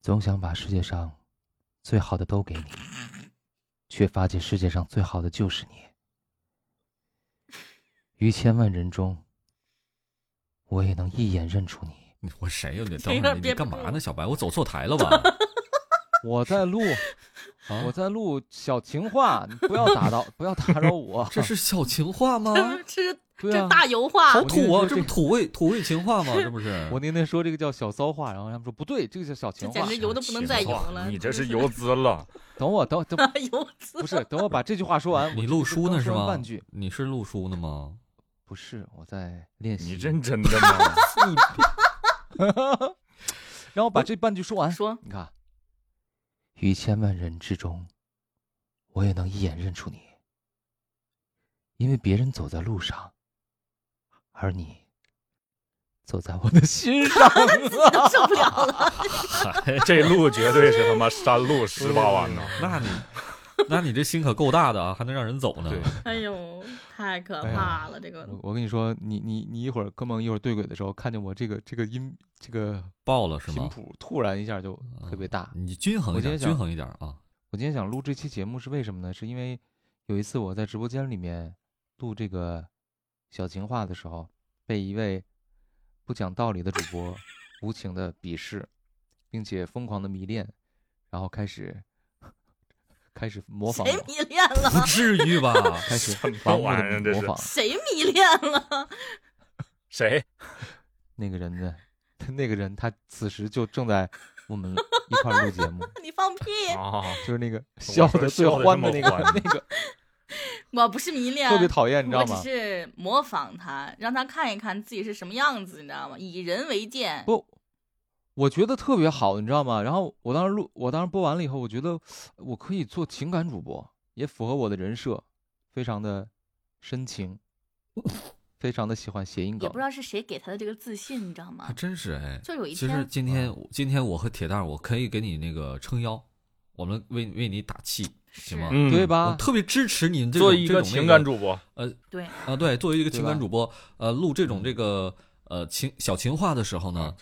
总想把世界上最好的都给你，却发现世界上最好的就是你。于千万人中，我也能一眼认出你。你我谁 呀、你谁等呀会儿你别干嘛不呢？小白，我走错台了 吧？我在 录，啊我在录小情话，你不要打扰，不要打扰 我。这是小情话吗？ 这是对这啊，大油画好，我土啊！这这个不土味土味情话吗？这不是我那天说这个叫小骚话，然后他们说不对，这个叫小这情简话直。油的不能再油了。你这是油滋了，等我，等我， 等油 滋不是，等我把这句话说完。你我录这书刚呢是说完吗半句？你是录书呢 吗？不是，我在练习。你认真的吗？让我把这半句说完。 说你看，于千万人之中，我也能一眼认出你，因为别人走在路上，而你走在我的心上 啊。受不了了，这路绝对是他妈山路十八弯呐！那你那你这心可够大的啊，还能让人走呢对？哎呦，太可怕了，这个我我跟你说，你你你一会儿跟梦一会儿对轨的时候，看见我这个这个音这个爆了是频吗？谱突然一下就特别大。你均衡一我今点，天想均衡一点 啊！我今天想录这期节目是为什么呢？是因为有一次我在直播间里面录这个小情话的时候，被一位不讲道理的主 播无情的鄙视，并且疯狂的迷恋，然后开始开始模仿谁我，迷恋不了？至于吧？开始什么盲目玩意儿的模这是仿谁迷恋了？ 谁？那个人的那个人，他此时就正在我们一块儿录节目，你放屁！啊，就是那个笑说的最笑得欢这的么那个欢那个，我不是迷恋，特别讨厌，你知道啊我只吗？是模仿他，让他看一看自己是什么样子，你知道吗？以人为鉴。不，我觉得特别好，你知道吗？然后我当时录，我当时播完了以后，我觉得我可以做情感主播，也符合我的人设，非常的深情，非常的喜欢谐音也梗不知。道是谁给他的这个自信，你知道还吗？真是哎。就有一其实天，今天今天我和铁蛋儿，我可以给你那个撑腰，我们为为你打气，行吗？嗯，对我吧？特别支持你们这种做一这个种情那感主播，对，啊，对，作为一个情对感吧主播，呃，录这种这个呃情小情话的时候呢，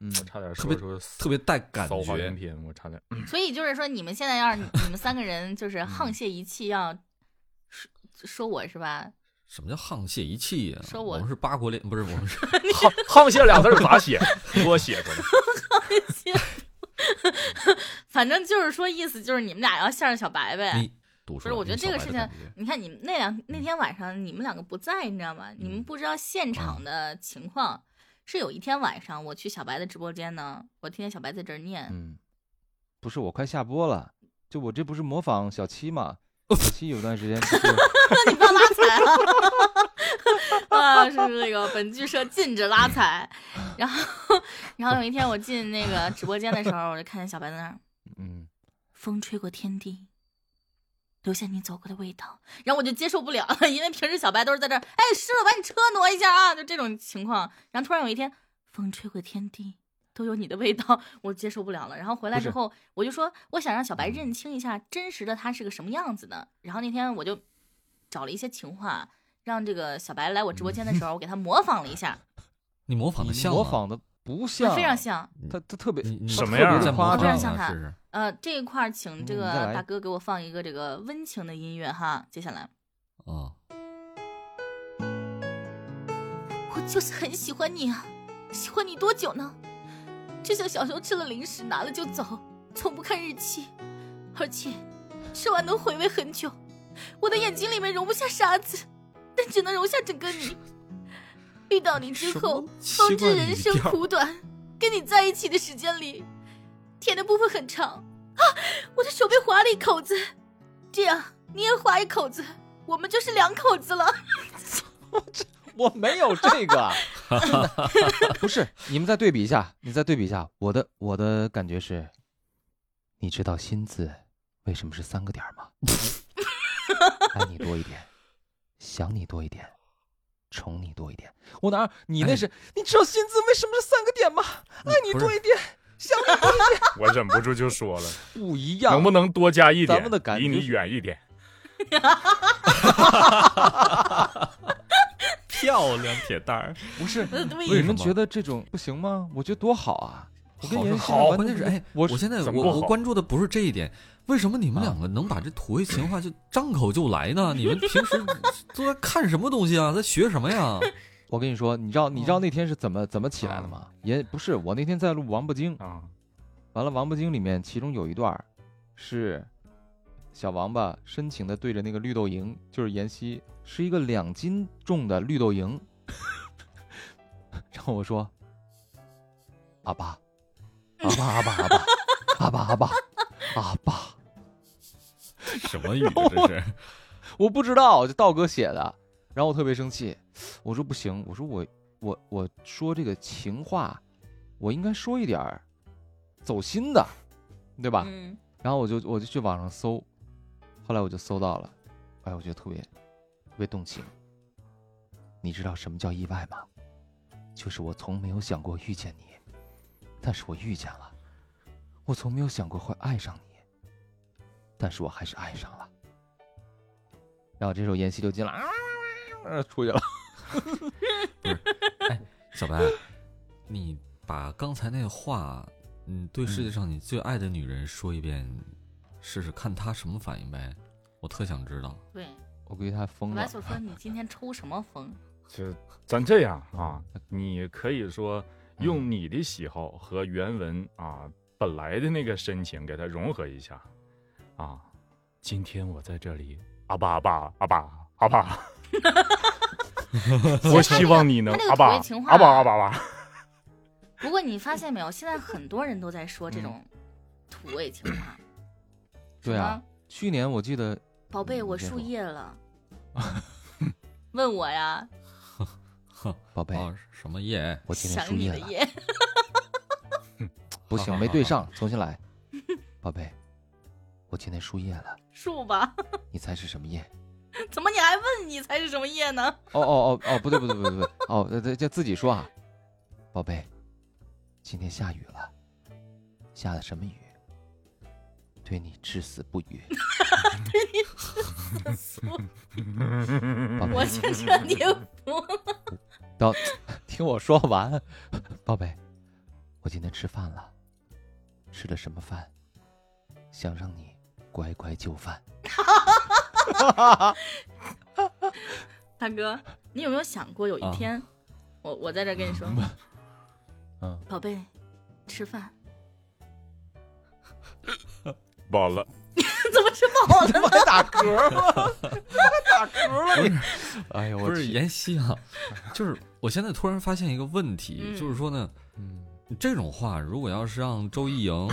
嗯，我差点特说别出特别带感骚话连觉。篇，我 差点。所以就是说，你们现在要是你们三个人就是沆瀣一气，要说说我是吧？什么叫沆瀣一气呀、说我我们是八国联，不是我们 是沆沆瀣俩字儿咋写？给我写出来。反正就是说，意思就是你们俩要向着小白呗。你读出不是来我觉得用这个小事白的情感觉你看，你们那两那天晚上你们两个不在，你知道吗？你们不知道现场的情况。是有一天晚上，我去小白的直播间呢，我听见小白在这儿念，嗯，不是，我快下播了，就我这不是模仿小七嘛？小七有段时间不是你不要拉踩啊！ 啊，是那个本剧社禁止拉踩。然后， 然后有一天我进那个直播间的时候，我就看见小白在那儿，嗯，风吹过天地，留下你走过的味道。然后我就接受不了了，因为平时小白都是在这儿，哎，湿了，把你车挪一下啊，就这种情况。然后突然有一天，风吹过天地。都有你的味道，我接受不了了。然后回来之后，我就说我想让小嗯白认清一下真实的他是个什么样子的。然后那天我就找了一些情话，让这个小白来我直播间的时候，我给他模仿了 一下，你模仿的你像模吗仿的不就像，非常像。他他特别你你什么特别样啊地在夸模非常张，仿像他啊？是是呃，这一块儿请这嗯个你再来大哥给我放一个这个温情的音乐哈，接下来。啊，我就是很喜欢你啊，喜欢你多久呢？就像小时候吃了零食，拿了就走，从不看日期，而且吃完能回味很久。我的眼睛里面容不下沙子，但只能容下整个你。遇到你之后，什么方奇知怪的人语生调苦短。跟你在一起的时间里，甜的部分很长啊，我的手被划了一口子，这样你也划一口子，我们就是两口子 了。我没有这啊个， 不是，你们再对比一下，你再对比一下，我的我的感觉是，你知道“心”字为什么是三个点儿吗？爱你多一点，想你多一点，宠你多一点。我哪儿？你那是、你知道“心”字为什么是三个点吗？爱你哎不是多一点，想 你多一点，我忍不住就说了，不一样。能不能多加一咱点们的感，觉离你是远 一点？漂亮铁蛋儿，不是，对你什么嗯们觉得这种不行吗？我觉得多好啊！我跟人好是家好，完关全不键是哎，我我现在怎么我不我好关注的不是这一点，为什么你们啊两个能把这土味情话就张口就来呢？你们平 时都在看什么东西啊？在学什么呀？我跟你说，你知道你知道那天是怎么怎么起来的啊吗？也不是，我那天在录《王八精》，啊，完了《王八精》里面其中有一段儿是小王八深情的对着那个绿豆蝇，就是妍希，是一个两斤重的绿豆蝇， 然后我说：“阿爸，阿爸，阿爸，阿爸，阿爸，阿爸，阿爸。”什么语啊这是？我不知道，就道哥写的。然后我特别生气，我说不行，我说我我我说这个情话，我应该说一点儿走心的，对吧？嗯，然后我就我就去网上搜，后来我就搜到了，哎，我觉得特别特别动情。你知道什么叫意外吗？就是我从没有想过遇见你，但是我遇见了；我从没有想过会爱上你，但是我还是爱上了。然后这时候妍希就进来，啊，呃出去了。小白，你把刚才那话，嗯，对世界上你最爱的女人说一遍，试试看她什么反应呗。我特想知道。对，我估计他疯来了。所说你今天抽什么风？就咱这样啊，你可以嗯说用你的喜好和原文啊本来的那个深情给它融合一下啊。今天我在这里，阿爸阿爸阿爸 阿爸，我希望你能他这个阿爸土味情话阿爸阿爸阿爸，不过你发现没有，现在很多人都在说这种土味情 话。嗯对啊，，去年我记得宝贝，我树叶了， 问我呀，宝贝，哦，什么耶？我今天想输你液的了。夜，不好行，好没好对好上，重新来。 宝贝，我今天输液了， 树吧？你猜是什么液？怎么你还问你才是什么夜呢？哦哦哦哦，不对不对不对不对，哦，这这这自己说啊。宝贝，今天下雨了，下的什么雨？对你至死不渝。宝我贝，就 觉得你不等 听我说完。宝贝，我今天吃饭了，吃的什么饭？想让你乖乖就范。大哥，你有没有想过啊有一天，我我在这跟你说，嗯，宝贝，吃 饭 饱了，怎么吃饱了？他妈还打嗝 了，打嗝了你！哎呦不我是去，妍 希啊，就是我现在突然发现一个问题，嗯就是说呢，嗯，这种话如果要是让周一莹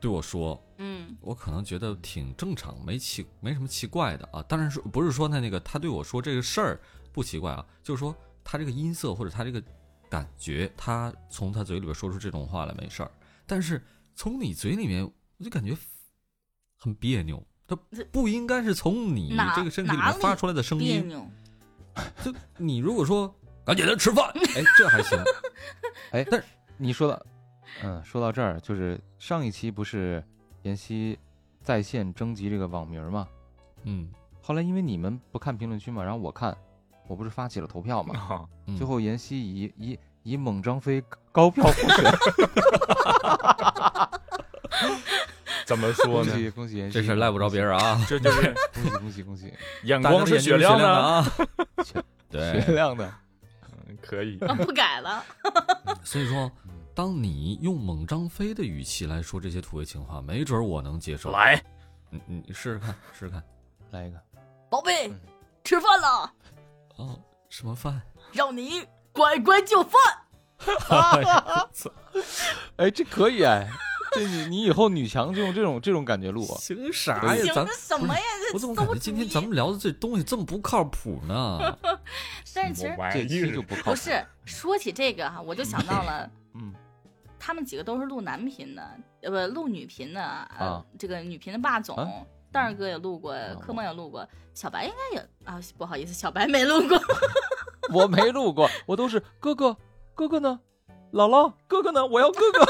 对我说，嗯我可能觉得挺正常，没奇没什么奇怪的啊。当然说不是说他那个他对我说这个事儿不奇怪啊，就是说他这个音色或者他这个感觉，他从他嘴里边说出这种话来没事儿，但是从你嘴里面我就感觉很别扭，他不应该是从你哪这个身体里哪面里发出来的声别音。扭，就你如果说赶紧来吃饭，哎，这还行，哎，但是你说到，嗯，说到这儿，就是上一期不是妍希在线征集这个网名嘛？嗯，后来因为你们不看评论区嘛，然后我看，我不是发起了投票嘛？啊嗯最后妍希以以以猛张飞高票获选，怎么说恭呢？喜恭喜妍希！这事儿赖不着别人啊，这就是恭喜恭喜恭喜！眼大家光的是眼睛雪亮的的，啊，雪 对，亮的，嗯可 以。啊不改了，所以说。嗯当你用猛张飞的语气来说这些土味情话，没准儿我能接受。，来，你你试试看，试试看。来一个，宝贝嗯，吃饭了，哦，什么饭？让你乖乖就范。哎，这可以哎，这你你以后女强就用这种这种感觉录，啊行哎啥呀？行咱这什么呀？我这怎馊么感觉主今天意咱们聊的这东西这么不靠谱 呢？但是其哎这实期就不靠谱。不是说起这个哈，我就想到了。嗯，他们几个都是录男频的，呃，不录女频的呃啊这个女频的霸总，啊蛋儿哥也录过，啊柯梦也录过，小白应该也啊，不好意思，小白没录 过。我没录过，我都是哥哥，哥哥呢？姥姥，哥哥呢？我要哥哥。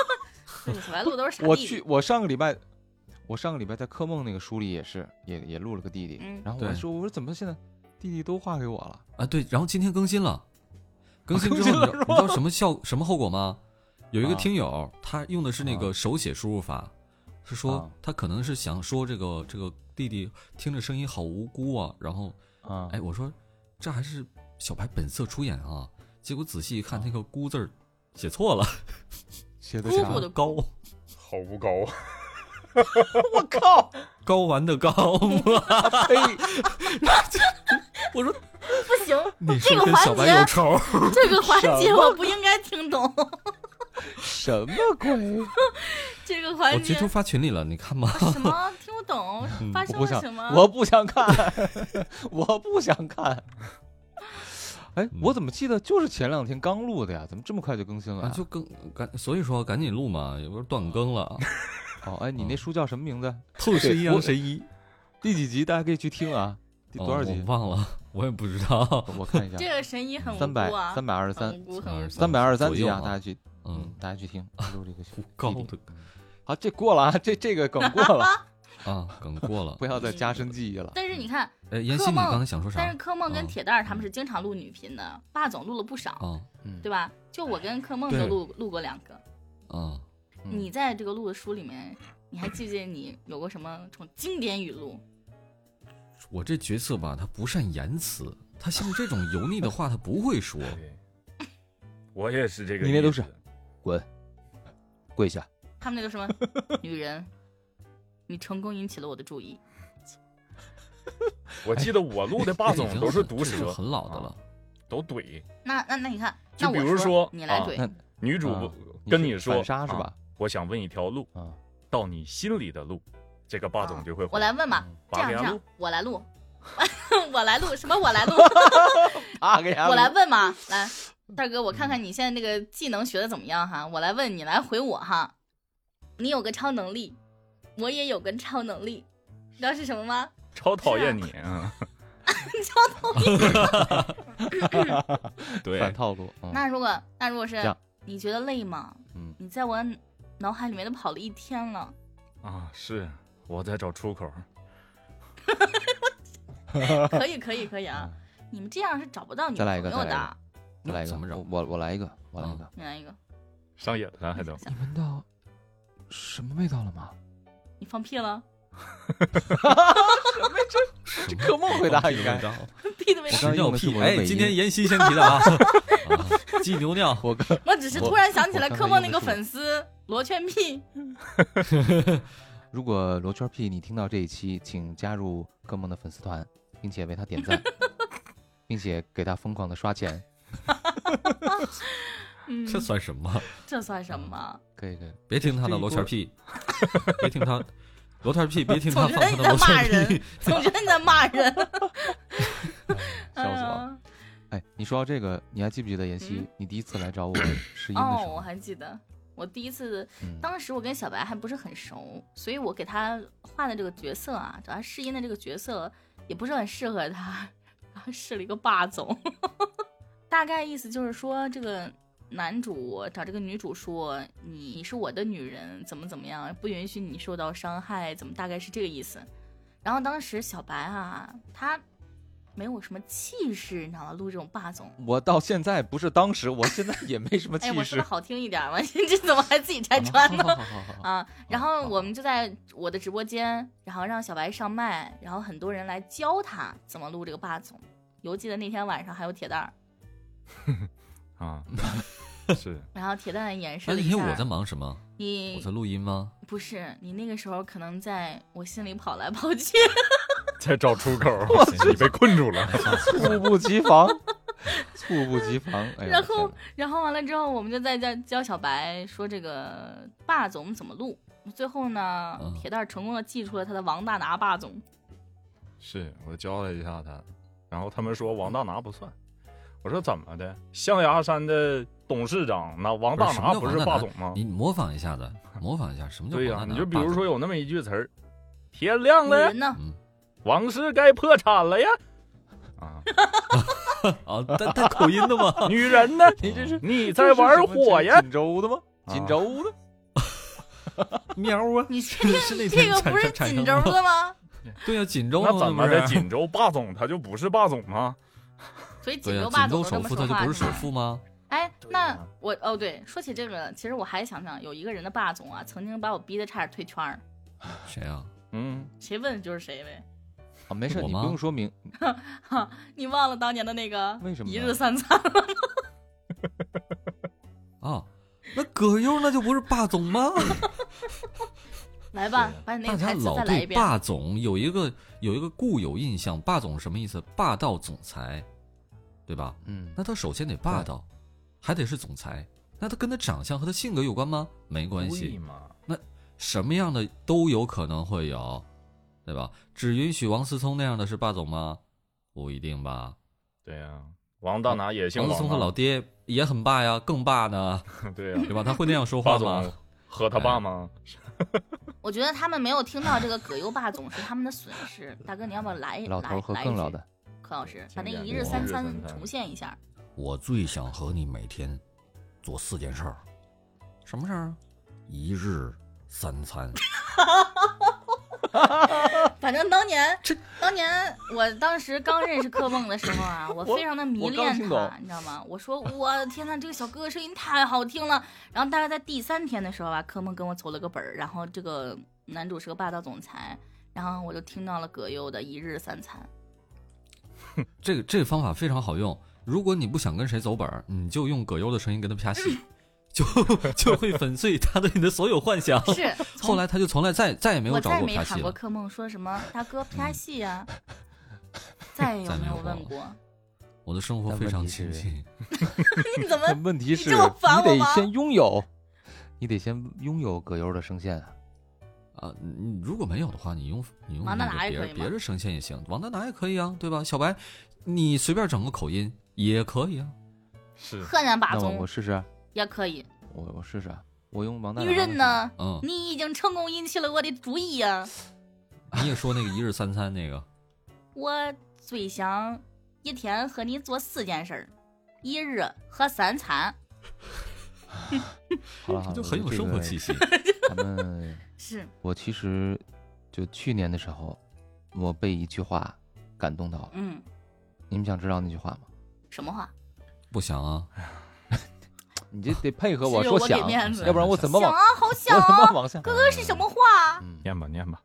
对小白录都是傻我弟弟去，，我上个礼拜，我上个礼拜在柯梦那个书里也是，也也录了个弟弟。嗯然后我还对说，我说怎么现在弟弟都画给我了？啊，对，然后今天更新了，更新之后更你新了知道你是吧知道什么效什么后果吗？有一个啊听友，他用的是那啊个手写输入法，是说啊他可能是想说这个这个弟弟听着声音好无辜啊，然后啊，哎，我说这还是小白本色出演啊，结果仔细一看那个“姑”字儿写错了，写啊的姑啥父？的高好无高啊！我 靠！高玩的高， 呸！我说 不行，你这是个跟小白环有节，仇，这个环节什我不应该听懂，什么鬼？这个我环截 节图发群里了，你看吗？什么听不懂，发嗯我生不了想什么？，我不想看， 我不想看。哎，我怎么记得就是前两天刚录的呀？怎么这么快就更新了 啊，呀？就更赶，所以说赶紧录嘛，也不是断更 了啊，哦，哎，你那嗯书叫什么名字？ 透对视阴阳我神医，第几集？大家可以去听啊。第多少哦集我？忘了，我也不知道，我我看一下这，个神医很无三辜百啊，三百二十很三无辜，三很二无辜。三百二十三左集右啊，啊大家去 嗯大家去听 录这个胡高的好，这过了啊，这这个梗过 了， 啊，梗过了。不要再加深记忆了。但是你看，哎，妍柯希，你梦刚才想说但啥是？柯梦跟嗯铁蛋儿他们是经常录女频的，霸总录了不哦少，啊嗯，对吧？就我跟柯梦对就录录过两个。啊，嗯你在这个录的书里面，你还记不记得你有过什么这种经典语录？我这角色吧，他不善言辞，他像这种油腻的话，他不会说。对 我也是这个意思，你那都是滚，跪下。他们那个 什么女人，你成功引起了我的注意。我记得我录的霸这已总经都是很毒这哎是舌，很老的啊了。都怼那那那你看，就那我比如说说你来啊怼，那女主啊播跟你是说反杀是？啊吧？我想问一条路啊，到你心里的路，这个霸总就会回啊嗯我来问吧，这拔样给这他样录，，我来录， 我来录什么？我来录，啊，给我来问嘛，来，大哥，我看看你现在那个技能学的怎么样哈？我来问你，来回我哈。你有个超能力，我也有个超能力，你知道是什么吗？超讨厌你，啊嗯，超能 力。反 对，套路。嗯那如果那如果是这样你觉得累吗？嗯你在我脑海里面都跑了一天 了，啊，是我在找出口，可以可以可以啊！你们这样是找不到女嗯再朋来一个友再来一的。再来一个，怎么着嗯我我我来一个，我来一个。你来一个，上瘾了还都。你闻到什么味道了吗？你放屁了？ 什这么柯梦回答放屁应的该味道屁都没我刚放。用屎尿的是屁。我的哎，尾今音天妍希先提的啊， 啊鸡牛尿。我刚我只是我突然想起我来刚科才梦用的那个是我粉丝罗圈屁， 如果罗圈 P 你听到这一期，请加入柯梦的粉丝团，并且为他点赞，并且给他疯狂的刷钱。嗯，这算什么？这算什么？可以可以，别听他这的一波罗圈屁，别听他罗圈屁，别听他总放他觉得你的在罗骂圈人 屁。，总觉得你在骂人。 笑死我了。哎呀哎，你说到这个，你还记不记得妍希嗯？你第一次来找我 试音的时哦，我候，还记得，我第一次，嗯当时我跟小白还不是很熟，所以我给他画的这个角色啊，找他试音的这个角色也不是很适合他，然后试了一个霸总。 大概意思就是说，这个男主找这个女主说：“你是我的女人，怎么怎么样，不允许你受到伤害，怎么大概是这个意思。”然后当时小白啊，他没有什么气势，你知道吗？录这种霸总。嗯我到现在不是当时，我现在也没什么哎，气我说势的。好听一点儿吗？ 你这怎么还自己拆穿呢？好好好好好啊，然好后我们就在我的直播间，然后让小白上麦，然后很多人来教他怎么录这个霸总。犹记得那天晚上还有铁蛋儿，啊， 是然后铁蛋儿演示那了那一下天儿。哎我在忙什么？我你在录音吗？不是你那个时候可能在我心里跑来跑去， 在找出口，你被困住了。 猝不及防，猝不及防。哎呦、然后我天然后完了之后，我们就在家教小白说这个霸总怎么录。最后呢，嗯铁蛋儿成功的记出了他的王大拿霸总。 是我教了一下他，然后他们说王大拿不算，我说怎么的？象牙山的董事长那王大拿不是霸总吗？你模仿一下子，模仿一下什么叫对呀、王大拿你就比如霸说总有那么一句词儿：“天亮女了人，呢？嗯王室该破产了呀。”啊，啊，带带口音 的吗？女人呢？你这是你在玩火呀？锦州的吗？锦州啊的，喵啊！你确定 是那这天个产不是产锦生州了 的吗？对呀，锦州啊那怎么的的？？锦州霸总他就不是霸总吗？所以锦哎对呀州，霸锦州总都这首么富说他就话不是是首吗？富吗？哎，那我哦对，说起这个，其实我还想想，有一个人的霸总啊，曾经把我逼得差点退圈儿，谁啊？嗯，谁问就是谁呗。啊，没事，我你不吗用说明，你忘了当年的那个为什么一呢日三餐 了？ 啊，那葛优那就不是霸总吗？来吧，把 你大那个家台词老再来对一遍。霸总有一个有一个固有印象，霸总什么意思？霸道总裁，对吧？嗯，那他首先得霸对道，还得是总裁。那他跟他长相和他性格有关吗？没关对系，嘛，什么样的都有可能会有，对吧？只允许王思聪那样的是霸总吗？不一定吧。对呀，王大拿也姓王思聪他老王爹也很霸呀，更霸呢，啊，对呀， 对吧？他会那样说霸话吗总？和他爸吗？我觉得他们没有听到这个葛优霸总是他们的损失。大哥，你要不要来一老头来儿和来一更句老的，柯老师，把那经典一的日三一日餐三餐重现一下。我最想和你每天做四件事儿，什么事儿啊？一日三餐。反正当年，当年我当时刚认识柯梦的时候啊，我非常的迷我恋刚听他懂，你知道吗？我说我天呐，这个小哥哥声音太好听了。然后大概在第三天的时候啊，柯梦跟我走了个本儿，然后这个男主是个霸道总裁，然后我就听到了葛优的一日三餐。这个这个方法非常好用。如果你不想跟谁走本儿，你就用葛优的声音跟他啪戏，就就会粉碎他对你的所有幻想。是，后来他就从来再再也没有我找再过没啪戏喊过了。柯梦说什么大哥啪戏呀、再也再没没有有过问了过。我的生活非常清静， 你怎么但问题呃你是，这么烦我得吗先拥有，你得先拥有葛优的声线啊。啊！你如果没有的话，你用你用王大那个拿也别可人以吗别人声线也行，王大拿也可以啊，对吧？小白，你随便整个口音也可以啊。是河南霸那我我总试试啊，也可以？我我试试啊，我用王大拿女的人声呢？嗯，你已经成功引起了我的注意啊呀、你也说那个一日三餐那个，我最想一天和你做四件事儿，一日和三餐。音，好了好了，就我很觉有得生这活个 气息。咱们是我其实就去年的时候，我被一句话感动到了。嗯，你们想知道那句话吗？什么话？不想啊，你这得配合只有说我给想，面子要不然我怎么想往啊，好我 想怎么啊！往下？哥哥是什么话？嗯，念吧念吧，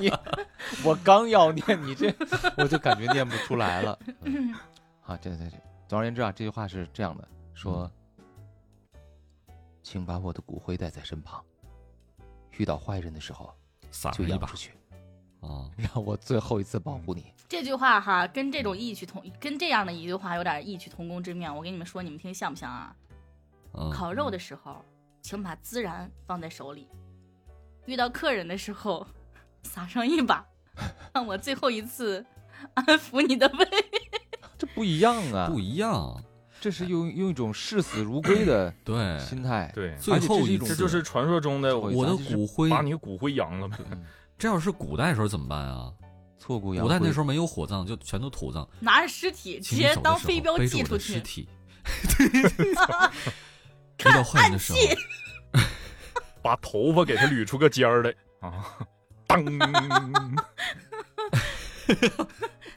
你 我刚要念你这， 我就感觉念不出来 了。嗯、啊，这这这，总而言之啊，这句话是这样的，说，请把我的骨灰带在身旁，遇到坏人的时候撒就一扬把出去，啊，让我最后一次保护你。这句话哈，跟这种异曲同，跟这样的一句话有点异曲同工之妙。我跟你们说，你们听像不像啊？嗯，烤肉的时候，请把孜然放在手里；遇到客人的时候，撒上一把，让我最后一次安抚你的胃。这不一样 啊，不一样，这是用用一种视死如归的对，嗯心哎态。对，最而且这后是一一种这次就是传说中的我我的咱就是骨灰把你骨灰扬了呗，这要是古代时候怎么办啊？嗯错过古代那时候，候没有火葬，就全都土葬，拿着尸体直请你接走的当时飞候镖背着寄我出的尸去。 体。遇到坏人的时候，把头发给他捋出个尖儿来啊， 当，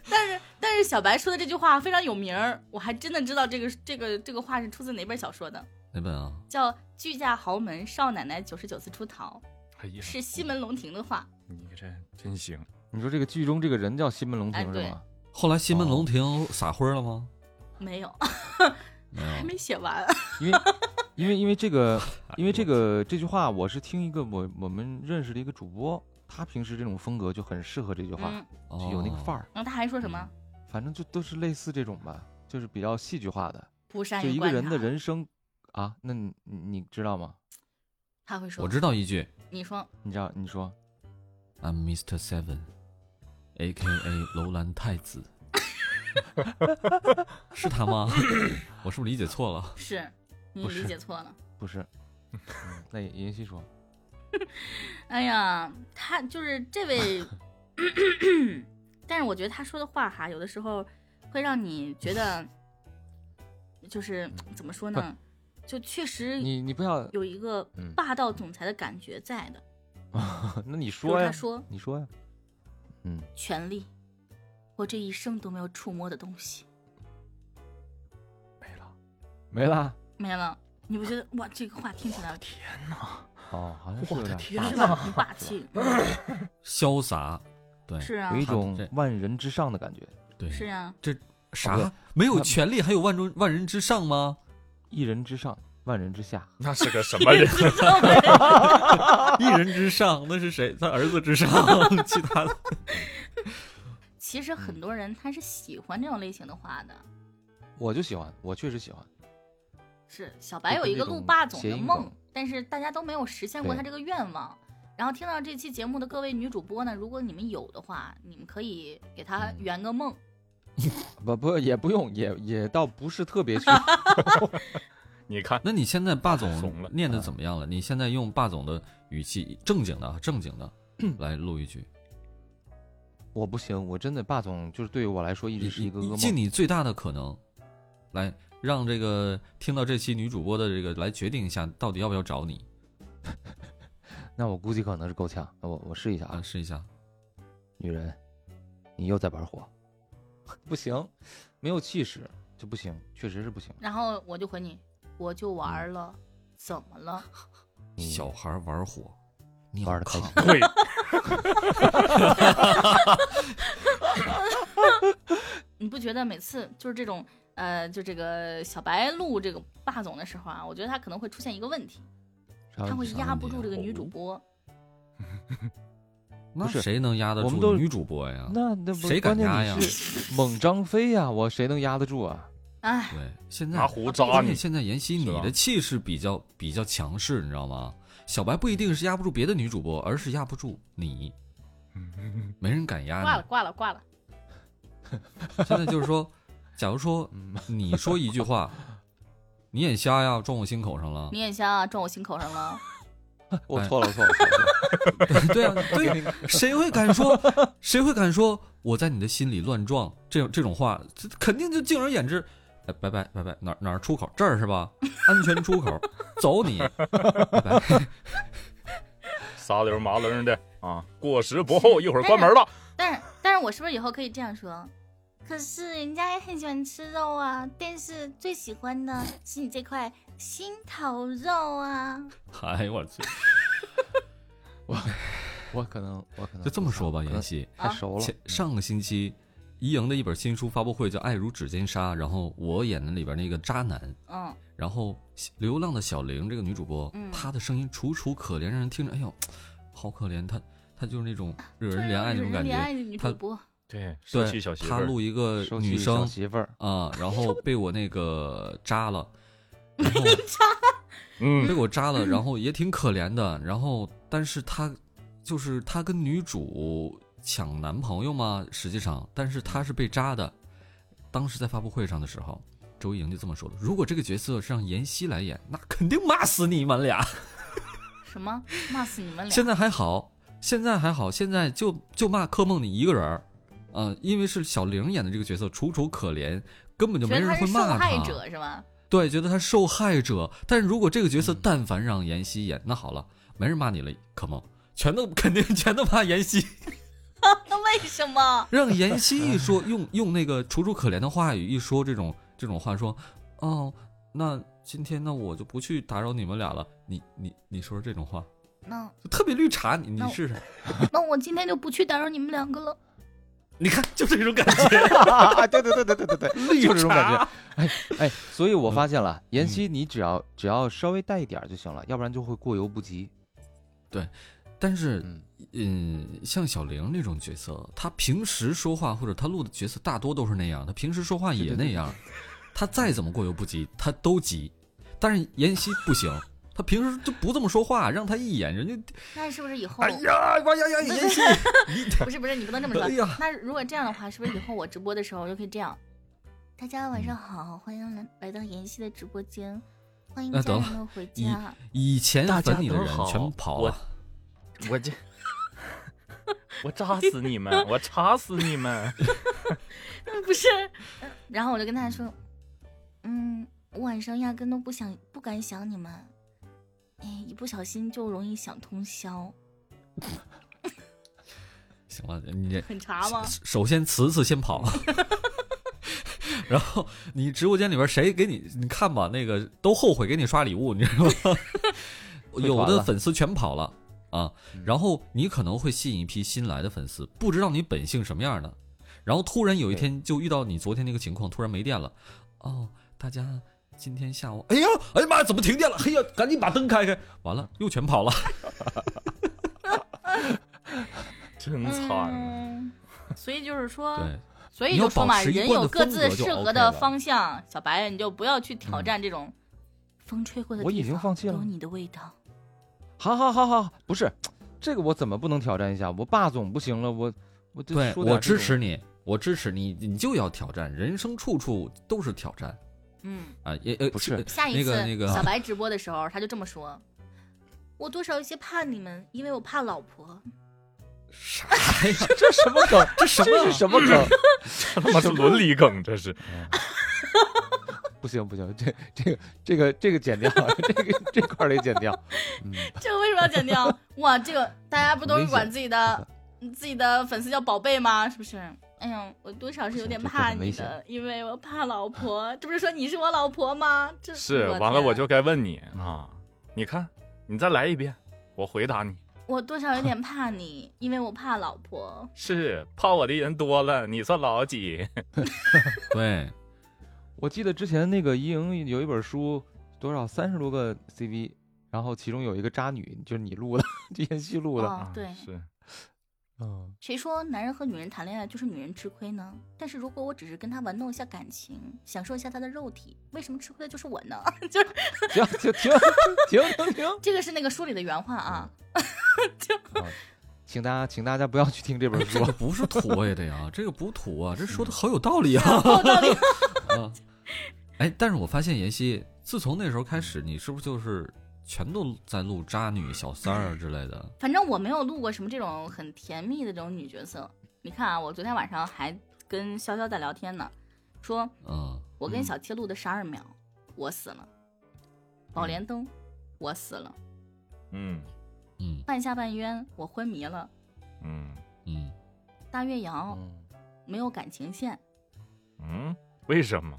但是但是小白说的这句话非常有名儿，我还真的知道这个这个这个话是出自哪本小说的，哪本啊？叫《巨嫁豪门少奶奶九十九次出逃哎呀》，，是西门龙庭的话。你可这真行，你说这个剧中这个人叫西门龙哎亭是对吗？后来西门哦龙亭撒灰了吗？没有，没还有。没写完。因 为因为因为这个，因为这哎个这句话，我是听一个我我们认识的一个主播，他平时这种风格就很适合这句话，嗯，呦，就有那个范儿。儿，然后他还说什么？反正就都是类似这种吧，就是比较戏剧化的，不善就于一个观察。人的人生啊，那你你你知道吗？他会说，我知道一句你说你知道你说，I'm Mr. Seven，A.K.A. 楼兰太子， 是他吗？我是不是理解错了？是，你不是理解错了。不是？ 嗯那妍希说，哎呀，他就是这位， 但是我觉得他说的话哈，有的时候会让你觉得，就是怎么说呢，就确实你你不要，嗯有一个嗯霸道总裁的感觉在的。那你比如说他呀，说你说呀，嗯，权力、我这一生都没有触摸的东西，没了。没了。没了。你不觉得哇？这个话听起来天哪！哦，好像是我有的点天是 吧？哪！很霸气，潇洒，对，是啊有，一种这万人之上的感觉，对，是啊，好啥的？没有那权利还有万中万人之上吗？一人之上，万人之下。那是个什么 人？ 一人之上那是谁？他儿子之上，其他的其实很多人他是喜欢这种类型的话的。我就喜欢，我确实喜欢。是小白就有跟一那个陆种霸总谐的音梦梗，但是大家都没有实现过对他这个愿望。然后听到这期节目的各位女主播呢，如果你们有的话，你们可以给他嗯圆个梦。不不，也不用，也也倒不是特 别去你看，那你现在霸怂总了念的怎么样了？你现在用霸总的语气，正经的啊，正经的来录一句，我不行，我真的霸总就是对于我来说一直是一个噩尽梦。你最大的可能，来让这个听到这期女主播的这个来决定一下，到底要不要找你那我估计可能是够呛，我我试一下啊？啊，试一下，女人，你又在玩火， 不行，没有气势就不行，确实是不行。然后我就回你，我就玩儿了，怎么了？ 你小孩玩火，你嗯玩的开看心，对，你不觉得每次就是这种呃，就这个小白录这个霸总的时候啊，我觉得他可能会出现一个问题，啥他问会题压不住这个啥问题啊女主播。那不是谁能压得我们住都女主播呀？那那不谁敢关键压你呀是猛张飞呀，我谁能压得住 啊？哎，对，现在拿壶扎而且你。现在妍希，你是吧的气势比较比较强势，你知道吗？小白不一定是压不住别的女主播，而是压不住 你，嗯没人敢压挂了，你。挂了，挂啊了。现在就是说，假如说嗯你说一句 话，你眼瞎呀，撞我心口上了你。眼瞎啊，撞我心口上了。我哎错了，我错了，我错了。 对啊，对，谁会敢说？ 谁会敢说我在你的心里乱撞这种这种话？这肯定就敬而远之。哎，拜拜拜拜，哪儿哪儿出口？这儿是 吧？安全出口，走你，拜拜。仨溜麻楞的 啊，过时不候，一会儿关门了。 但是，但是我是不是以后可以这样说？可是人家也很喜欢吃肉啊，但是最喜欢的是你这块心头肉啊。 哎呦我去，我可能，我可能就这么说吧，可能啊妍希。太熟了。前上个星期，一莹的一本新书发布会叫《爱如指尖沙》，然后我演的里边那个渣男，嗯，然后流浪的小玲这个女主播，嗯她的声音楚楚可怜，让人听着哎呦，好可怜。她她就是那种嗯惹人怜爱那种感惹人怜爱觉。的女她主播，哎对，收起对小，媳妇她儿，录一个收起女小生媳妇 儿，啊，然后被我那个扎 了，然后被嗯，我扎了，然后也挺可怜的。然后，但是她就是她跟女主抢男朋友嘛，实际上，但是她是被扎的。当时在发布会上的时候，周莹就这么说的：如果这个角色是让妍希来演，那肯定骂死你们俩。什么骂死你们俩现？在还好，现在还好，现在就就骂柯梦你一个人儿，呃，因为是小玲演的这个角色楚楚可怜，根本就没觉得人她会是受骂她。害者是吧？对，觉得他受害者。但是如果这个角色但凡让妍希演，那好了，没人骂你了，可梦，全都 肯定全都骂妍希。那为什么？让妍希一 说，用用那个楚楚可怜的话语一说这种这种话，说，哦，那今天那我就不去打扰你们俩了。你你你说这种话，那就特别绿茶，你那你我试试，那我今天就不去打扰你们两个了。你看就这种感 觉。啊对对对对对对对，就是这种感觉。哎哎，所以我发现了，妍希，你只要只要稍微带一点儿就行了，要不然就会过犹不及。但是嗯，嗯，像小玲那种角色，她平时说话或者她录的角色大多都是那样，她平时说话也那样，她再怎么过犹不及，她都急。但是妍希不行，她平时就不这么说话，让她一演，人家那是不是以后哎呀，哇呀呀，妍希，不是不是，你不能这么哎说呀。那如果这样的话，是不是以后我直播的时候我就可以这样？大家晚上好，欢迎来来到妍希的直播间，欢迎那家等人们回家。以前大家粉你的人都好全跑啊我了，我 这，我扎死你们， 我插死你们。不是，然后我就跟他说，嗯，我晚上压根都不想不敢想你们，哎，一不小心就容易想通宵。行了，你这很茶吗？首首先辞辞先跑，然后你直播间里边谁给你你看吧，那个都后悔给你刷礼物，你知道吗？有的粉丝全跑了啊，然后你可能会吸引一批新来的粉丝，不知道你本性什么样的，然后突然有一天就遇到你昨天那个情况，突然没电了，哦，大家。今天下午，哎呀，哎呀妈呀，怎么停电了？嘿呀，赶紧把灯开开！完了，又全跑了。 真惨啊。嗯，所以就是说，对，所以你就要说保嘛，持一人贯的有各风自格就适合 OK 的了嗯方向。小白，你就不要去挑战这种风吹过的地我方，已经放弃了有你的味道。好好好好，不是，这个我怎么不能挑战一下？我霸总不行了，我我就对说点我这支种持你，我支持你，你就要挑战，人生处处都是挑战嗯，啊！也呃不是下一那次、个那个小白直播的时候，他就这么 说：“我多少有些怕你们，因为我怕老婆。啥呀？这什么梗？这 什这么是什么梗？ 他妈 是伦理梗，这是。不行不行，这这个这个这个剪掉， 这个这块儿得剪掉。嗯，” 这个为什么要剪掉？ 哇，这个大家不都很是危管险自 己的自己的粉丝叫宝贝吗？是不是？哎呀，我多少是有不行点这这怕很危你险的，因为我怕老婆。 这不是说你是我老婆吗？这是，我完了天啊我就该问你啊，你看，你再来一遍，我回答你。我多少有点怕你，因为我怕老婆。是怕我的人多了，你算老几？对，我记得之前那个一营有一本书，多少三十多个 CV，然后其中有一个渣女，就是你录的， 就延续录的。哦，对啊，是嗯，谁说男人和女人谈恋爱就是女人吃亏呢？但是如果我只是跟他玩弄一下感情，享受一下他的肉体，为什么吃亏的就是我呢？ 就是行，停停停停停这个是那个书里的原话啊。 啊！请大家请大家不要去听这本书这个。不是土味的呀，这个不土啊，这说嗯的好有道理 啊。有道理。啊，哎，但是我发现妍希，自从那时候开始，你是不是就是全都在录渣女、小三儿之类的？反正我没有录过什么这种很甜蜜的这种女角色。你看啊，我昨天晚上还跟潇潇在聊天呢，说嗯，我跟小贴录的十二秒，我死了；宝莲灯，我死了；嗯嗯半夏半渊，我昏迷了；嗯嗯，大岳阳，嗯没有感情线。嗯，为什么？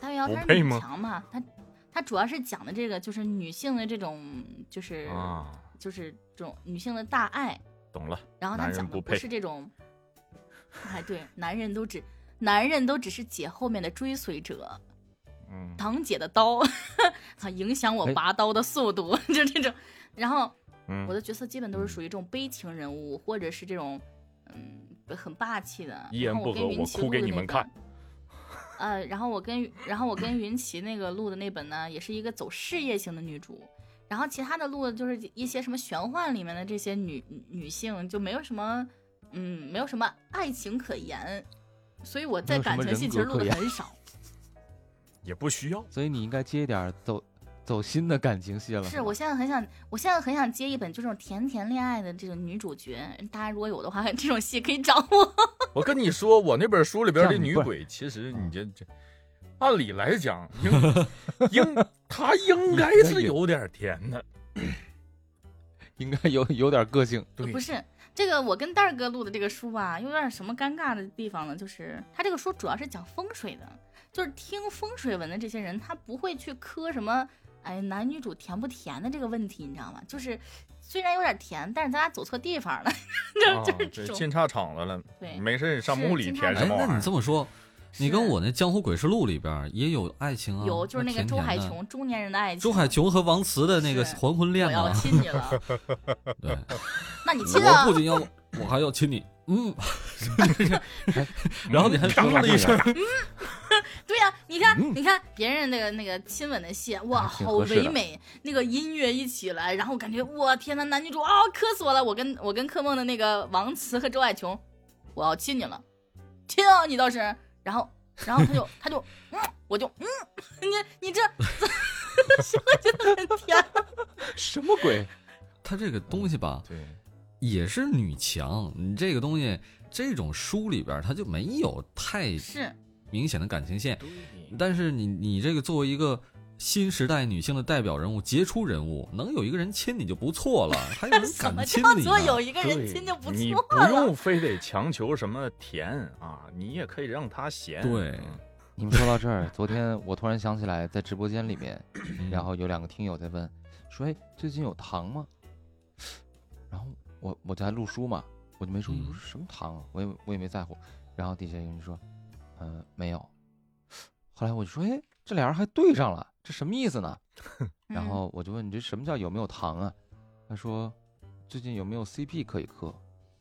大月瑶我她是配女吗强嘛，她她主要是讲的这个就是女性的这种就是、啊，就是这种女性的大爱，懂了，然后她男人讲的不不配是这种， 哎对，男人都只男人都只是姐后面的追随者，嗯堂姐的刀 啊影响我哎拔刀的速度， 就这种，然后。我嗯，的角色基本都是属于这种悲情人物，或者是这种嗯很霸气的。一然言后我不跟合云我奇哭录给的你那们本看。呃，然后我跟然后我跟云奇那个录的那本呢，也是一个走事业型的女主。然后其他的录的就是一些什么玄幻里面的这些女女性，就没有什么嗯没有什么爱情可言，所以我在没有什感么情人戏格其实录可的言很少。也不需要。 所以你应该接一点走走心的感情戏了。是我现在很想，我现在很想接一本这种甜甜恋爱的这种女主角，大家如果有的话，这种戏可以找我。我跟你说，我那本书里边这的样你女怪鬼，其实你这这，按理来讲，应 应她应该是有点甜 的。应该有有点个性。对不，是这个，我跟蛋儿哥录的这个书吧，有点什么尴尬的地方呢？就是他这个书主要是讲风水的，就是听风水文的这些人，他不会去磕什么哎男女主甜不甜的这个问题，你知道吗？就是虽然有点甜，但是咱俩走错地方了， 啊就就是这这种、进岔场子了，对没事上是墓里进岔填哎什，么玩意那儿你？ 这么说，你跟是我那《江湖鬼事录》里边也有爱情啊，有就是那个甜周海甜的。琼中年人的爱情，周海琼和王慈的那个是黄昏恋我要嘛，亲你了， 对，那你亲我啊不？仅要，我还要亲 你，嗯，然后你还嗯嗯了一声，对呀、你看，嗯你看别人那个那个亲吻的戏，哇，还挺好合适的唯美，那个音乐一起来，然后感觉哇，天呐，男女主啊，磕死我了！我跟我跟柯梦的那个王慈和周爱琼，我要亲你了，亲啊你倒是，然后然后 他就他就嗯，我就嗯，你你这， 我觉得很甜，什么鬼？他这个东西吧，对，也是女强，你这个东西，这种书里边它就没有太是明显的感情线，但是你你这个作为一个新时代女性的代表人物、杰出人物，能有一个人亲你就不错 了，还有人什么敢亲叫你做呢？有一个人亲就不你错不了？用非得强求什么甜啊，你也可以让他咸。对嗯你们说到这儿，昨天我突然想起来，在直播间里面，啊嗯然后有两个听友在问，说：“哎，最近有糖吗？”然后我我就还录书嘛，我就没说嗯我说什么糖、啊，我也我也没在乎。然后底下有人说：“嗯、没有。”后来我就说：“哎，这俩人还对上了，这什么意思呢？”嗯嗯然后我就问：“你这什么叫有没有糖啊？”他说：“最近有没有 CP 可以磕？”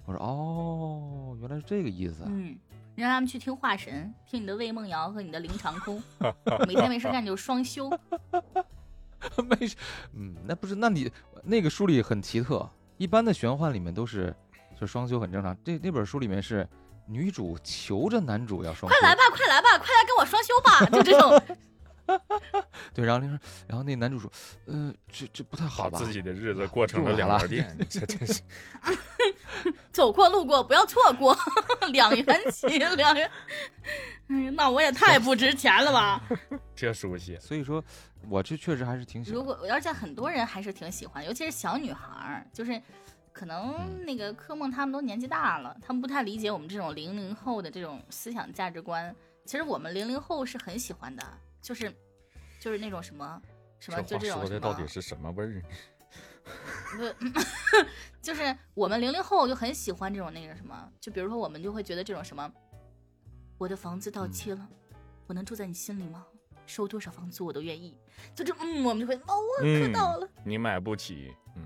我说：“哦，原来是这个意思啊。嗯，让他们去听化神，听你的魏梦瑶和你的林长 空，每天没事干就双休。没事，嗯，那不是，那你那个书里很奇特，一般的玄幻里面都是就双修很正常，这那本书里面是女主求着男主要双快修，来吧，快来吧，快来跟我双休吧！就这 种，对，然后那然后那男主说，呃，这这不太好吧，自己的日子过成了两不玩家了店， 这真是走过路过不要错过， 两元起，两元。哎呀，那我也太不值钱了吧！这熟悉。所以说我这确实还是挺喜 如欢，果而且很多人还是挺喜欢，尤其是小女孩儿，就是可能那个柯梦他们都年纪大了，他们不太理解我们这种零零后的这种思想价值观。其实我们零零后是很喜欢的，就是就是那种什么什么，就话这种说什么，的到底是什么味儿？啊就是我们零零后就很喜欢这种那个什么，就比如说我们就会觉得这种什么，我的房子到期了，我能住在你心里吗？收多少房租我都愿意，就这嗯，我们就会哦，我磕嗯，到了。你买不起。嗯，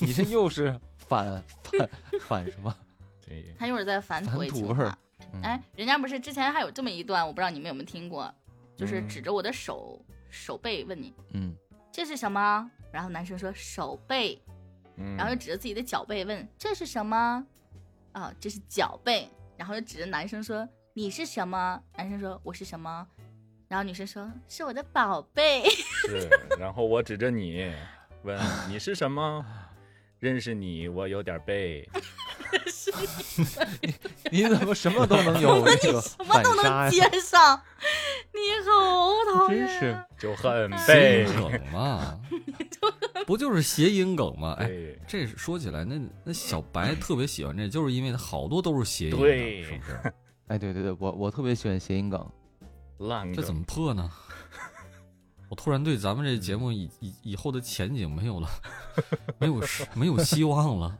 你这又是 反反反什么？嗯这他一会儿再反反土味土情味儿话。哎，人家不是之前还有这么一段，我不知道你们有没有听过，就是指着我的手手背问你嗯，这是什么，然后男生说手背，嗯，然后又指着自己的脚背问这是什么，啊、这是脚背，然后又指着男生说你是什么，男生说我是什么，然后女生说是我的宝贝，是，然后我指着你问你是什么？认识你，我有点背。你怎么什么都能有这个 什么反都杀能呀？接上，你好讨厌真啊，是就很谐背音。梗嘛， 不就是谐音梗吗？哎，对，这说起来，那那小白特别喜欢这，就是因为好多都是谐音梗，对是不是？哎，对对对，我我特别喜欢谐音梗，烂这怎梗。么破呢？ 我突然对咱们这节目以以以后的前景没有了， 没有没有希望了。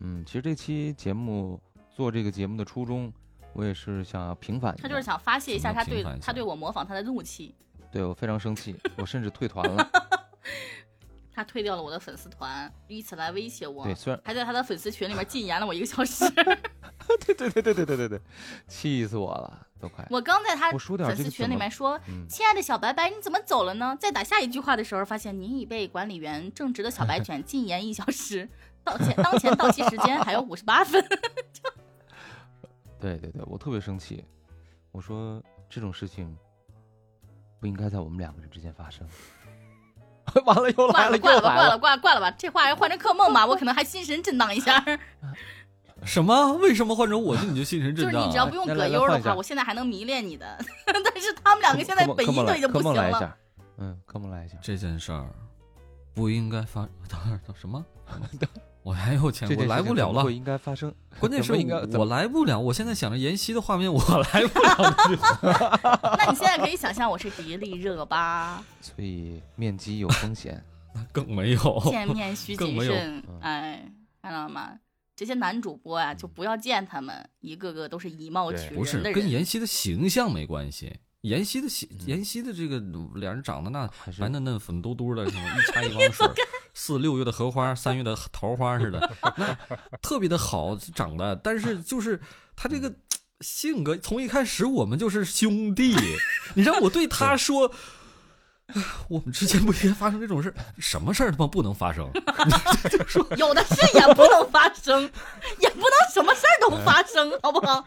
嗯，其实这期节目做这个节目的初衷，我也是想要平反一下，他就是想发泄一下怎么他对平反一下他对我模仿他的怒气，对我非常生气，我甚至退团 了。他退掉了我的粉丝团，以此来威胁我对，，虽然还在他的粉丝群里面禁言了我一个小时。对对对对对对对对， 气死我了，都快。我刚在他我说点粉这个丝群怎里么面说嗯：“亲爱的小白白，你怎么走了呢？”在打下一句话的时候，发现您已被管理员正直的小白犬禁言一小 时，到前当前到期时间还有五十八分。对对对，我特别生气，我说这种事情不应该在我们两个人之间发生。 完了又挂来了， 挂又了来吧，挂了，挂了，挂了吧。这话要换成克梦 吧，我可能还心神震荡一下。什么？为什么换成我就你就心神 就震是荡、你啊？只要不用来葛来来优换的一下话，我现在还能迷恋你的。 但是他们两个现在科目本科音目都来已经不科目行来一了。下， 嗯，科目来一下，这件事儿不应该发，当然什么？ 我还有钱这，我件来事情不了怎么了会。应该发生。关键是怎么应该怎么我来不了，我现在想着妍希的画面，我来不了。那你现在可以想象我是迪丽热巴，所以面基有风险。更没有。见面需哦更谨没有慎嗯。哎，看到了吗？这些男主播呀、啊就不要见他们，一个个都是以貌对取不是人的跟人。妍希的形象没关系，妍希的形，嗯妍希的这个脸儿长得那还是白嫩嫩、粉嘟嘟的，什么一插一汪水儿，似六月的荷花，三月的桃花似的，那特别的好长得，但是就是他这个。性格从一开始我们就是兄弟，你让我对他说，哎我们之间不应该发生这种事儿，什么事儿他妈不能发生？有的是也不能发生， 也不能什么事儿都发生，好不好？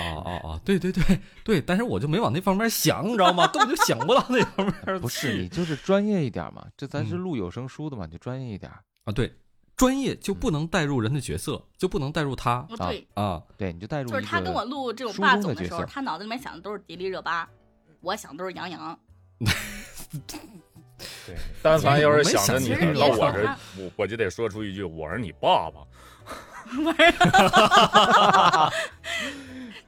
哦哦哦，对对对对，但是我就没往那方面想，你知道吗？根本就想不到那方面儿去。不是你就是专业一点嘛，这咱是嗯录有声书的嘛，你就专业一点。啊，对，专业就不能带入人的角色，就不能带入他不对，啊。对，你就带入就是一他个跟我录这种书霸中总的的角时候，色他脑子里面想的都是迪丽热巴，我想都是杨洋对，但凡要是其实想着其你实儿你到也我想这他儿，我我就得说出一句：“我是你爸爸。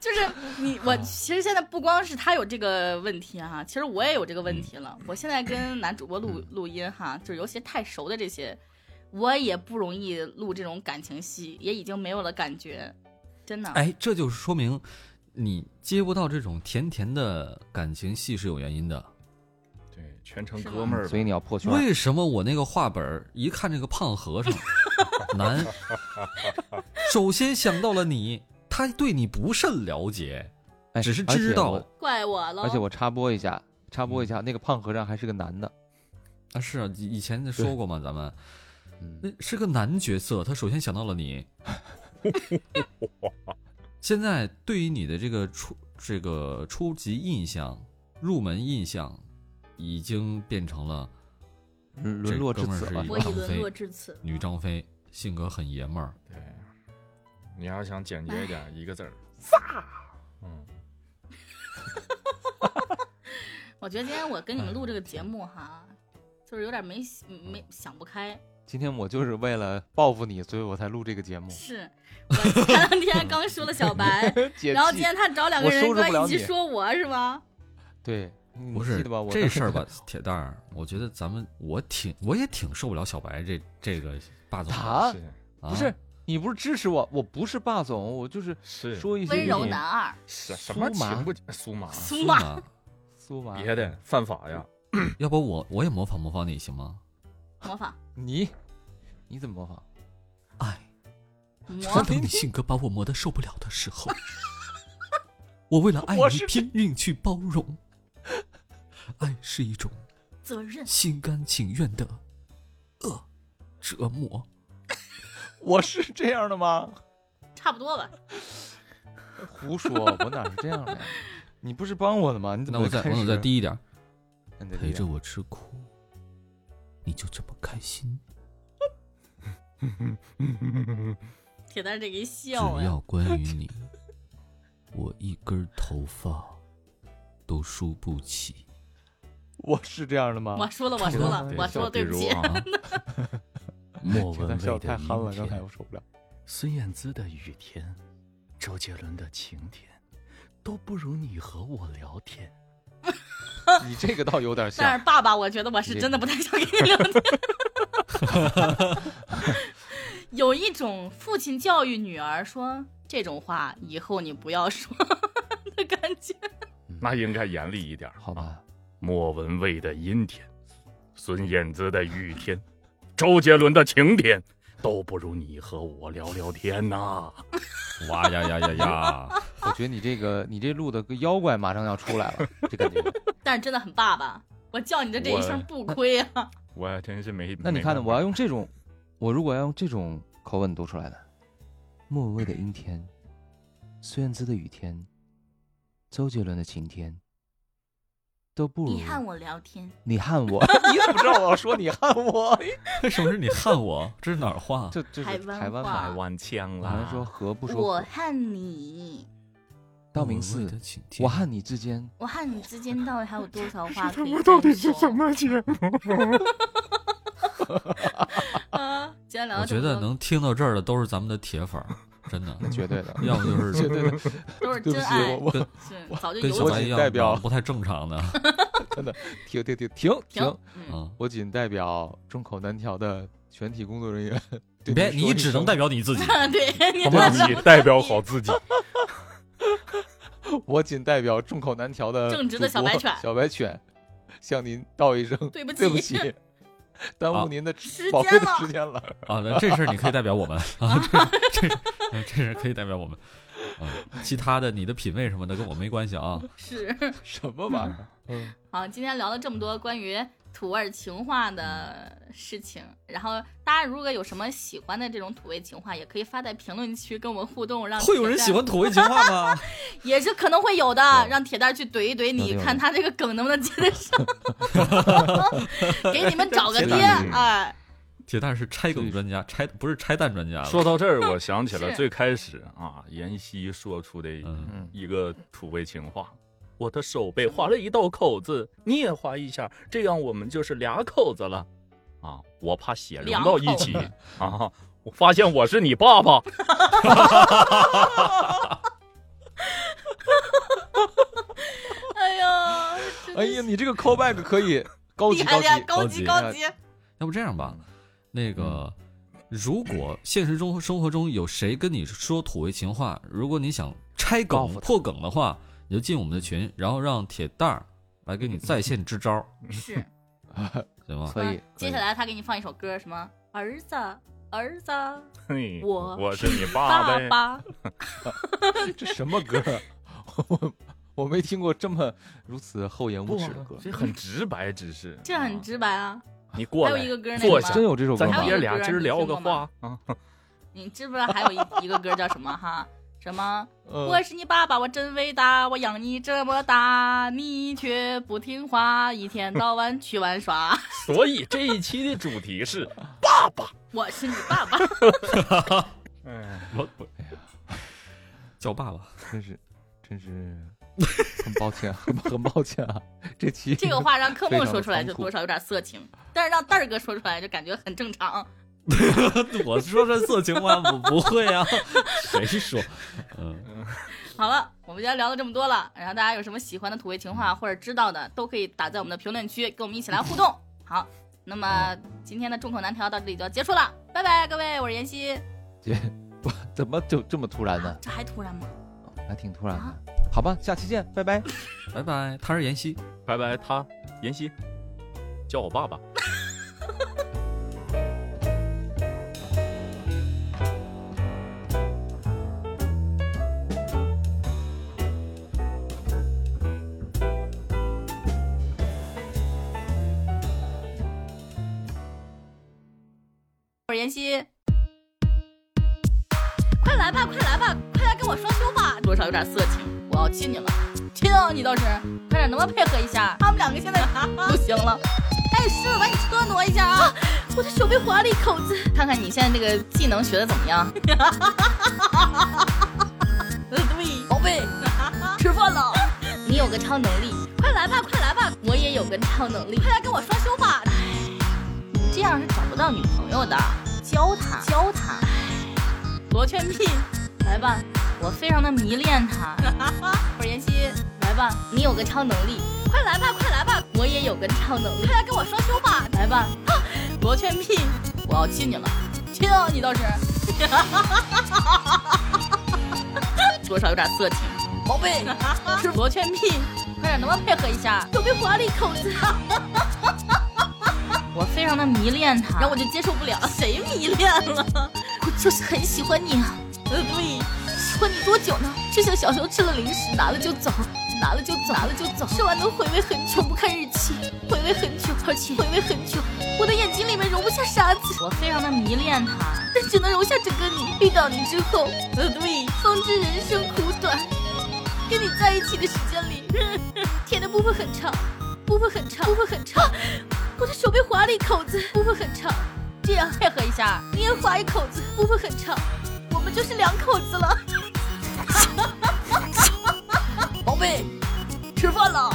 就是你，我其实现在不光是他有这个问题哈、其实我也有这个问题嗯了。我现在跟男主播录录音哈，就是尤其太熟的这些，我也不容易录这种感情戏，也已经没有了感觉，真的。哎，这就是说明你接不到这种甜甜的感情戏是有原因的。”对，全程是吗哥们儿嗯所以吧。你要破圈。为什么我那个画本儿一看这个胖和尚难，首先想到了你，他对你不甚了解，哎只是而且知道嗯我怪我喽而且我插播一下，插播一下，那个胖和尚还是个男的。啊，是啊，以以前说过嘛，咱们嗯，那是个男角色，他首先想到了你。现在对于你的这个初这个初级印象、入门印象，已经变成了沦这沦落哥至们儿此是了一。我已沦落至此。女张飞性格很爷们儿，对，你要想简洁一点，一个字儿，飒。嗯，我觉得今天我跟你哎们录这个节目哈，就是有点没没想不开。今天我就是为了报复你，所以我才录这个节目。 是我前两天刚输了小白，解哎然后气今天他找两个我收拾人跟不我了一起你说我是吗？对，你不记是得吧？我这当事儿时吧，铁蛋儿，我觉得咱们我挺我也挺受不了小白这这个霸总 的，他是啊不是你不是支持我，我不是霸总，我就是是说一些温你柔啊男二，什什么苏麻情不哎苏麻？苏麻麻，苏麻别的犯法呀！要不我我也模仿模仿你行吗？模仿你你怎么模仿？哎，模当你性格把我磨得受不了的时候，我为了爱我你是拼命去包容。爱是一种责任。心甘情愿的恶折磨。我是这样的吗？差不多吧。 胡说，我哪是这样的呀？你不是帮我的吗？你怎那么我开再始我能再低一点，那你再低陪一着点我吃苦，你就这么开心？铁蛋这个一笑只呀，要关于你，我一根头发都输不 起。我是这样的吗？我说了，我说了对，嗯我说了，比对不如起。啊，莫文这蔚段笑的太憨了，阴刚才天我，受不了。孙燕姿的雨天，周杰伦的晴天，都不如你和我聊天。 你这个倒有点但像是，爸爸，我觉得我是真的不太想跟你聊天。 有一种父亲教育女儿说这种话以后你不要说的感觉。那应该严厉一点，好啊？吧？莫文蔚的阴天，孙燕姿的雨天，周杰伦的晴天，都不如你和我聊聊天呐、哇呀呀呀呀！我觉得你这个你这录的跟妖怪马上要出来了，这感 觉。但是真的很爸爸，我叫你的这一声不我亏啊！ 我还真是没。那你没看呢？办法我要用这种，我如果要用这种口吻读出来的，莫文蔚的阴天，孙燕姿的雨天，周杰伦的晴天，都不如你和我聊天，你和我， 你怎么知道我要说你和 我？为什 么是你汉我？这是哪儿话？这这是台湾台湾话话台，湾腔好啦像，说和不说我和和你，道明寺，我和你之间，我和你之间到底还有多少话可以到底是什么？么腔？啊，今天聊我到这觉么得多能听到这儿的都是咱们的铁粉儿，真 的。那 绝对的，要么就绝 是对的。都是对不真起，爱，我我是早就跟小有我白仅一你样代表脑子不太 正常的停停停停停停！，嗯，啊。我仅代表众口难调的全体工作人员， 对你别，们说你一只能声代表你自己。嗯 对，你吧你代表好自己，我仅代表众口难调的正直的主播小白犬 小白犬向您道一声对不起对不起，耽误啊您的时宝间贵的了时间 了。啊，那这事儿你可以代表我们啊，这这事这事儿可以代表我们啊，其他的你的品味什么的跟我没关系啊。是。 什么玩意儿？嗯， 好，今天聊了这么多关于土味情话的事情，然后大家如果有什么喜欢的这种土味情话，也可以发在评论区跟我们互动，让会有人喜欢铁土味情话吗？蛋，也是可能会有的，让铁蛋去怼一怼有你，的看他这个梗能不能接得上， 给你们找个 铁爹蛋哎，铁蛋是拆梗专家，拆不是拆弹专 家了。说到这 儿，我想起了是最开始啊，妍希说出的嗯一个土味情话，我的手背划了一道口子，你也划一下，这样我们就是俩口子了。啊，我怕血两融到一口起 啊！我发现我是你爸爸，哎呀，真的哎呀，你这个 callback 可 以高级厉高害厉害，级，高级高高级级，要不这样吧，那个，如果现实中生活中有谁跟你说土味情话，如果你想拆报梗复他破梗的话，你就进我们的群，然后让铁蛋儿来给你在线支招， 是。行吗？可以嗯。接下来他给你放一首歌，什么儿子儿子嘿，我我是你爸爸呗。爸，可以这什么歌啊？ 我我没听过这么如此厚颜无不耻的歌，，这很直白，只是这很直白啊。你过还有来一个歌呢坐是下吗真，有这首歌咱吗爷有？俩今儿聊个话啊！你知不知道还有一一个歌叫什么哈？什么？呃我是你爸爸，我真伟大，我养你这么大，你却不听话，一天到晚去玩耍。所以这一期的主题是我是你 爸爸，哎，我我叫爸爸，真是真是很抱歉，很很抱歉啊！这期这个话让柯梦非常地说出来就仓促多少有点色情，但是让蛋儿哥说出来就感觉很正常。 我说这色情话我不会啊， 谁说？嗯，好了，我们今天聊了这么多了，然后大家有什么喜欢的土味情话或者知道的，都可以打在我们的评论区，跟我们一起来 互动。好，那么今天的众口难调到这里就要结束了，拜拜各位，我是妍希。 姐不怎么就这么突然呢？这还突然吗？还挺突然的。好吧，下期见，拜拜。拜拜，他是妍希。拜拜他妍希，叫我爸爸。我是妍希。快来吧，快来吧，快来跟我双休吧！多少有点色情，我要亲你了，亲啊你倒是，快点能不能配合一下？他们两个现 在不行了。哎，师傅，把你车挪一下啊！ 我的手被划了一口子，看看你现在这个技能学的怎么 样？对，宝 贝，吃饭了。 你有个超能力，快来吧，快来吧！我也有个超能力，快来跟我双休吧！这样是找不到女朋友的。教他，教他，罗圈屁，来吧，我非常的迷恋 他。我是妍希，来吧，你有个超能力，快来吧，快来吧，我也有个超能力，快来跟我双休吧，来吧，啊，罗圈屁，我要亲你了，亲啊你倒是， 多少有点色情。宝 贝，是罗圈屁，快点能不能配合一下？都被划了一口子。我非常的迷恋他，然后我就接受不了。 谁迷恋了？我 就是很喜欢你啊。呃，对，喜欢你多久呢？就像小时候吃了零食，拿了就走，拿了就走，拿了就走，吃完能回味很久，不看日期，回味很久，而且回味很久。我的眼睛里面容不下沙子，我非常的迷恋他，但只能容下整个你。遇到你之后，呃，对，方知人生苦短。跟你在一起的时间里， 甜的部分很长，部分很长，部分很长。我的手被划了一口子，不会很长。这样配合一下，你也划一口子，不会很长。我们就是两口子了。 宝贝，吃饭了？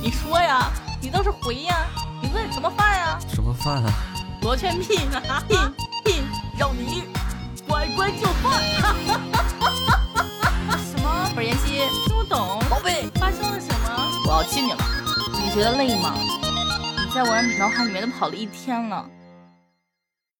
你说呀，你倒是回呀，你问什么饭呀？什么饭啊？罗圈屁屁屁，让你乖乖就范。什么？ 不是妍希，听不懂。宝贝，发生了什么？我要亲你了。你觉得累吗？你在我脑海里面都跑了一天了，